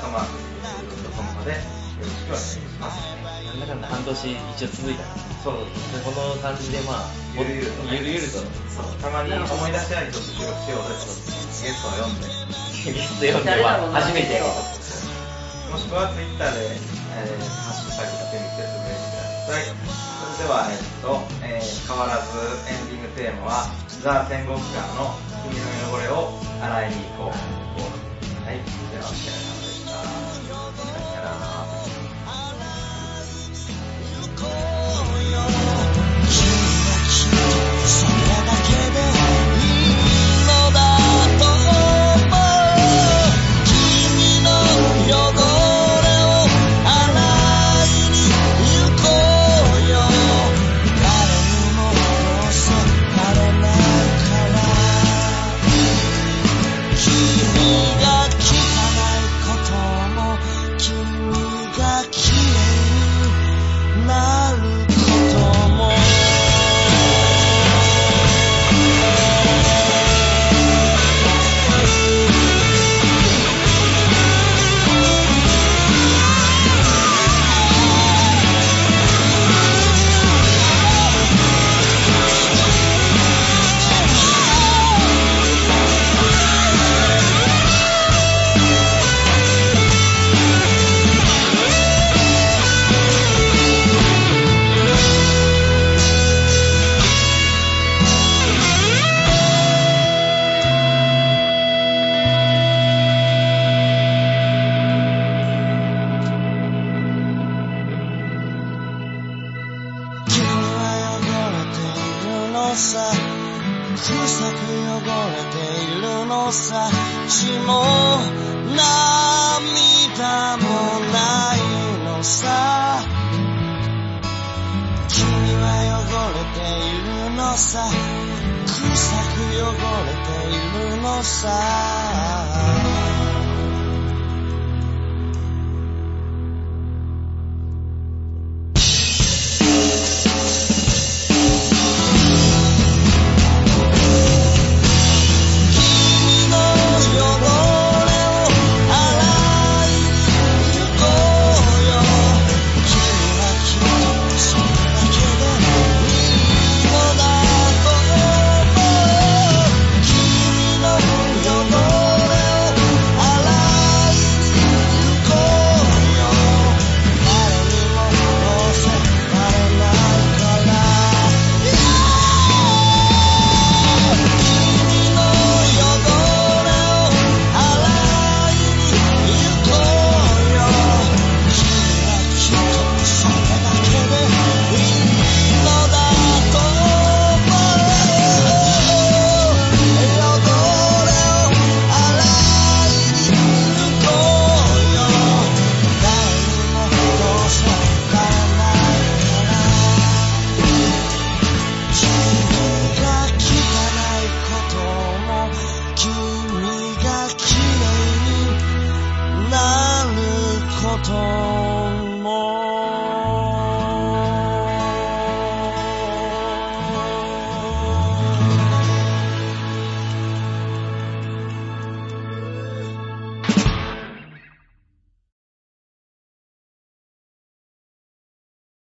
S3: .tokens.gmail.com までよろしくお願いします。
S2: っなんだかんだ半年一応続いたね
S3: そう
S2: でこの感じでまあ
S3: ゆるゆると
S2: ゆ
S3: ね
S2: るゆると
S3: そうたまに思い出しないと収録しようぜとゲストを読んで、
S2: *laughs* ゲスト呼
S1: 誰
S2: んで
S1: だろ
S2: は
S1: うな
S2: 初めてよ
S3: もしくは Twitter で、えー、ハッシュタグだけ見てつぶやいてください。それでは、えっと、えー変わらずエンディングテーマは、ザ・戦国間の君の汚れを洗いに行こう。はい、ではお疲れ様でした。さよなら。
S7: 「君が嫌いならさしも涙もないのさ君は汚れているのさ臭く汚れているのさ君の汚れを洗い拭こうよ君はきっとそれだけでいいのだと思う君の汚れを洗い拭こうよ誰にもどうせバレないから「汚れを洗いに行こうよ」「君はきっとそれだけでいいのだと思う」「汚れを洗いに行こうよ」「誰にもどうせわからないから」「君が汚いことも君が綺麗になることも」